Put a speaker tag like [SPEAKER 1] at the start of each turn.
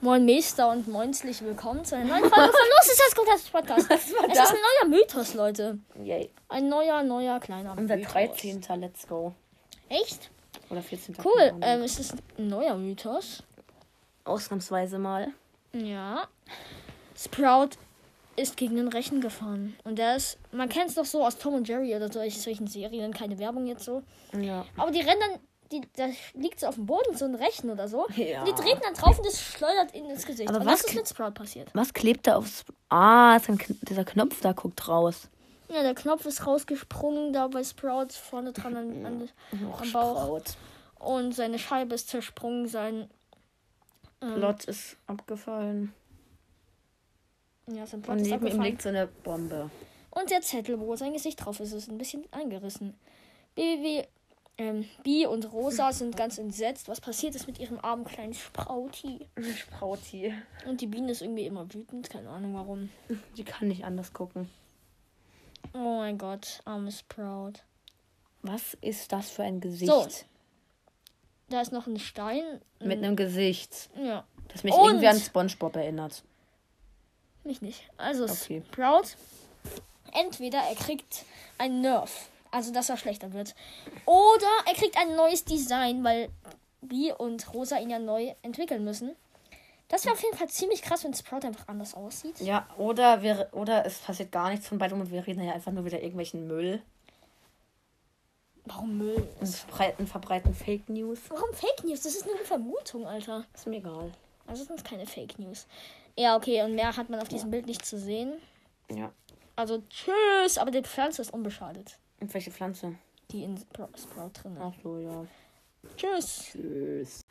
[SPEAKER 1] Moin Meister und moinslich willkommen zu einer neuen Folge von Los ist das Gutes Podcast. es
[SPEAKER 2] das?
[SPEAKER 1] ist ein neuer Mythos, Leute.
[SPEAKER 2] Yay.
[SPEAKER 1] Ein neuer, neuer, kleiner
[SPEAKER 2] Unser
[SPEAKER 1] Mythos.
[SPEAKER 2] 13. Let's Go.
[SPEAKER 1] Echt?
[SPEAKER 2] Oder 14. keine
[SPEAKER 1] Cool.
[SPEAKER 2] Ahnung.
[SPEAKER 1] Ähm, es ist ein neuer Mythos.
[SPEAKER 2] Ausnahmsweise mal.
[SPEAKER 1] Ja. Sprout ist gegen den Rechen gefahren. Und der ist, man kennt es doch so aus Tom und Jerry oder solche, solchen Serien, keine Werbung jetzt so.
[SPEAKER 2] Ja.
[SPEAKER 1] Aber die rennen dann, die, da liegt so auf dem Boden, so ein Rechen oder so.
[SPEAKER 2] Ja.
[SPEAKER 1] Und die treten dann drauf und das schleudert ihnen ins Gesicht.
[SPEAKER 2] Aber
[SPEAKER 1] und
[SPEAKER 2] was
[SPEAKER 1] das ist
[SPEAKER 2] kn-
[SPEAKER 1] mit Sprout passiert.
[SPEAKER 2] Was klebt da aufs. Ah, ist ein Kn- dieser Knopf da guckt raus.
[SPEAKER 1] Ja, der Knopf ist rausgesprungen, da bei Sprout vorne dran an, an, am Bauch.
[SPEAKER 2] Sprout.
[SPEAKER 1] Und seine Scheibe ist zersprungen, sein. Ähm,
[SPEAKER 2] Plot ist abgefallen.
[SPEAKER 1] Ja, sein Plot
[SPEAKER 2] Und
[SPEAKER 1] ist
[SPEAKER 2] neben ihm
[SPEAKER 1] abgefahren.
[SPEAKER 2] liegt so eine Bombe.
[SPEAKER 1] Und der Zettel, wo sein Gesicht drauf ist, ist ein bisschen eingerissen. Baby, ähm, Bi und Rosa sind ganz entsetzt, was passiert ist mit ihrem armen kleinen Sprauti.
[SPEAKER 2] Sprauti.
[SPEAKER 1] Und die Biene ist irgendwie immer wütend, keine Ahnung warum.
[SPEAKER 2] Die kann nicht anders gucken.
[SPEAKER 1] Oh mein Gott, armes Sprout.
[SPEAKER 2] Was ist das für ein Gesicht?
[SPEAKER 1] So. Da ist noch ein Stein.
[SPEAKER 2] Mit einem Gesicht,
[SPEAKER 1] Ja,
[SPEAKER 2] das mich
[SPEAKER 1] Und-
[SPEAKER 2] irgendwie an SpongeBob erinnert.
[SPEAKER 1] mich nicht. Also
[SPEAKER 2] Okay.
[SPEAKER 1] Sprout, entweder er kriegt einen Nerf, also dass er schlechter wird, oder er kriegt ein neues Design, weil Bee und Rosa ihn ja neu entwickeln müssen. Das wäre auf jeden Fall ziemlich krass, wenn Sprout einfach anders aussieht.
[SPEAKER 2] Ja, oder, wir, oder es passiert gar nichts von beidem und wir reden ja einfach nur wieder irgendwelchen Müll
[SPEAKER 1] Warum Müll?
[SPEAKER 2] und verbreiten, verbreiten Fake News.
[SPEAKER 1] Warum Fake News? Das ist nur eine Vermutung, Alter.
[SPEAKER 2] Ist mir egal.
[SPEAKER 1] Also sind es keine Fake News. Ja, okay, und mehr hat man auf diesem Bild nicht zu sehen.
[SPEAKER 2] Ja.
[SPEAKER 1] Also tschüss, aber die Pflanze ist unbeschadet,
[SPEAKER 2] Und welche Pflanze?
[SPEAKER 1] die in Spro- Sprout drin ist.
[SPEAKER 2] Ach so, ja.
[SPEAKER 1] Tschüss.
[SPEAKER 2] Tschüss.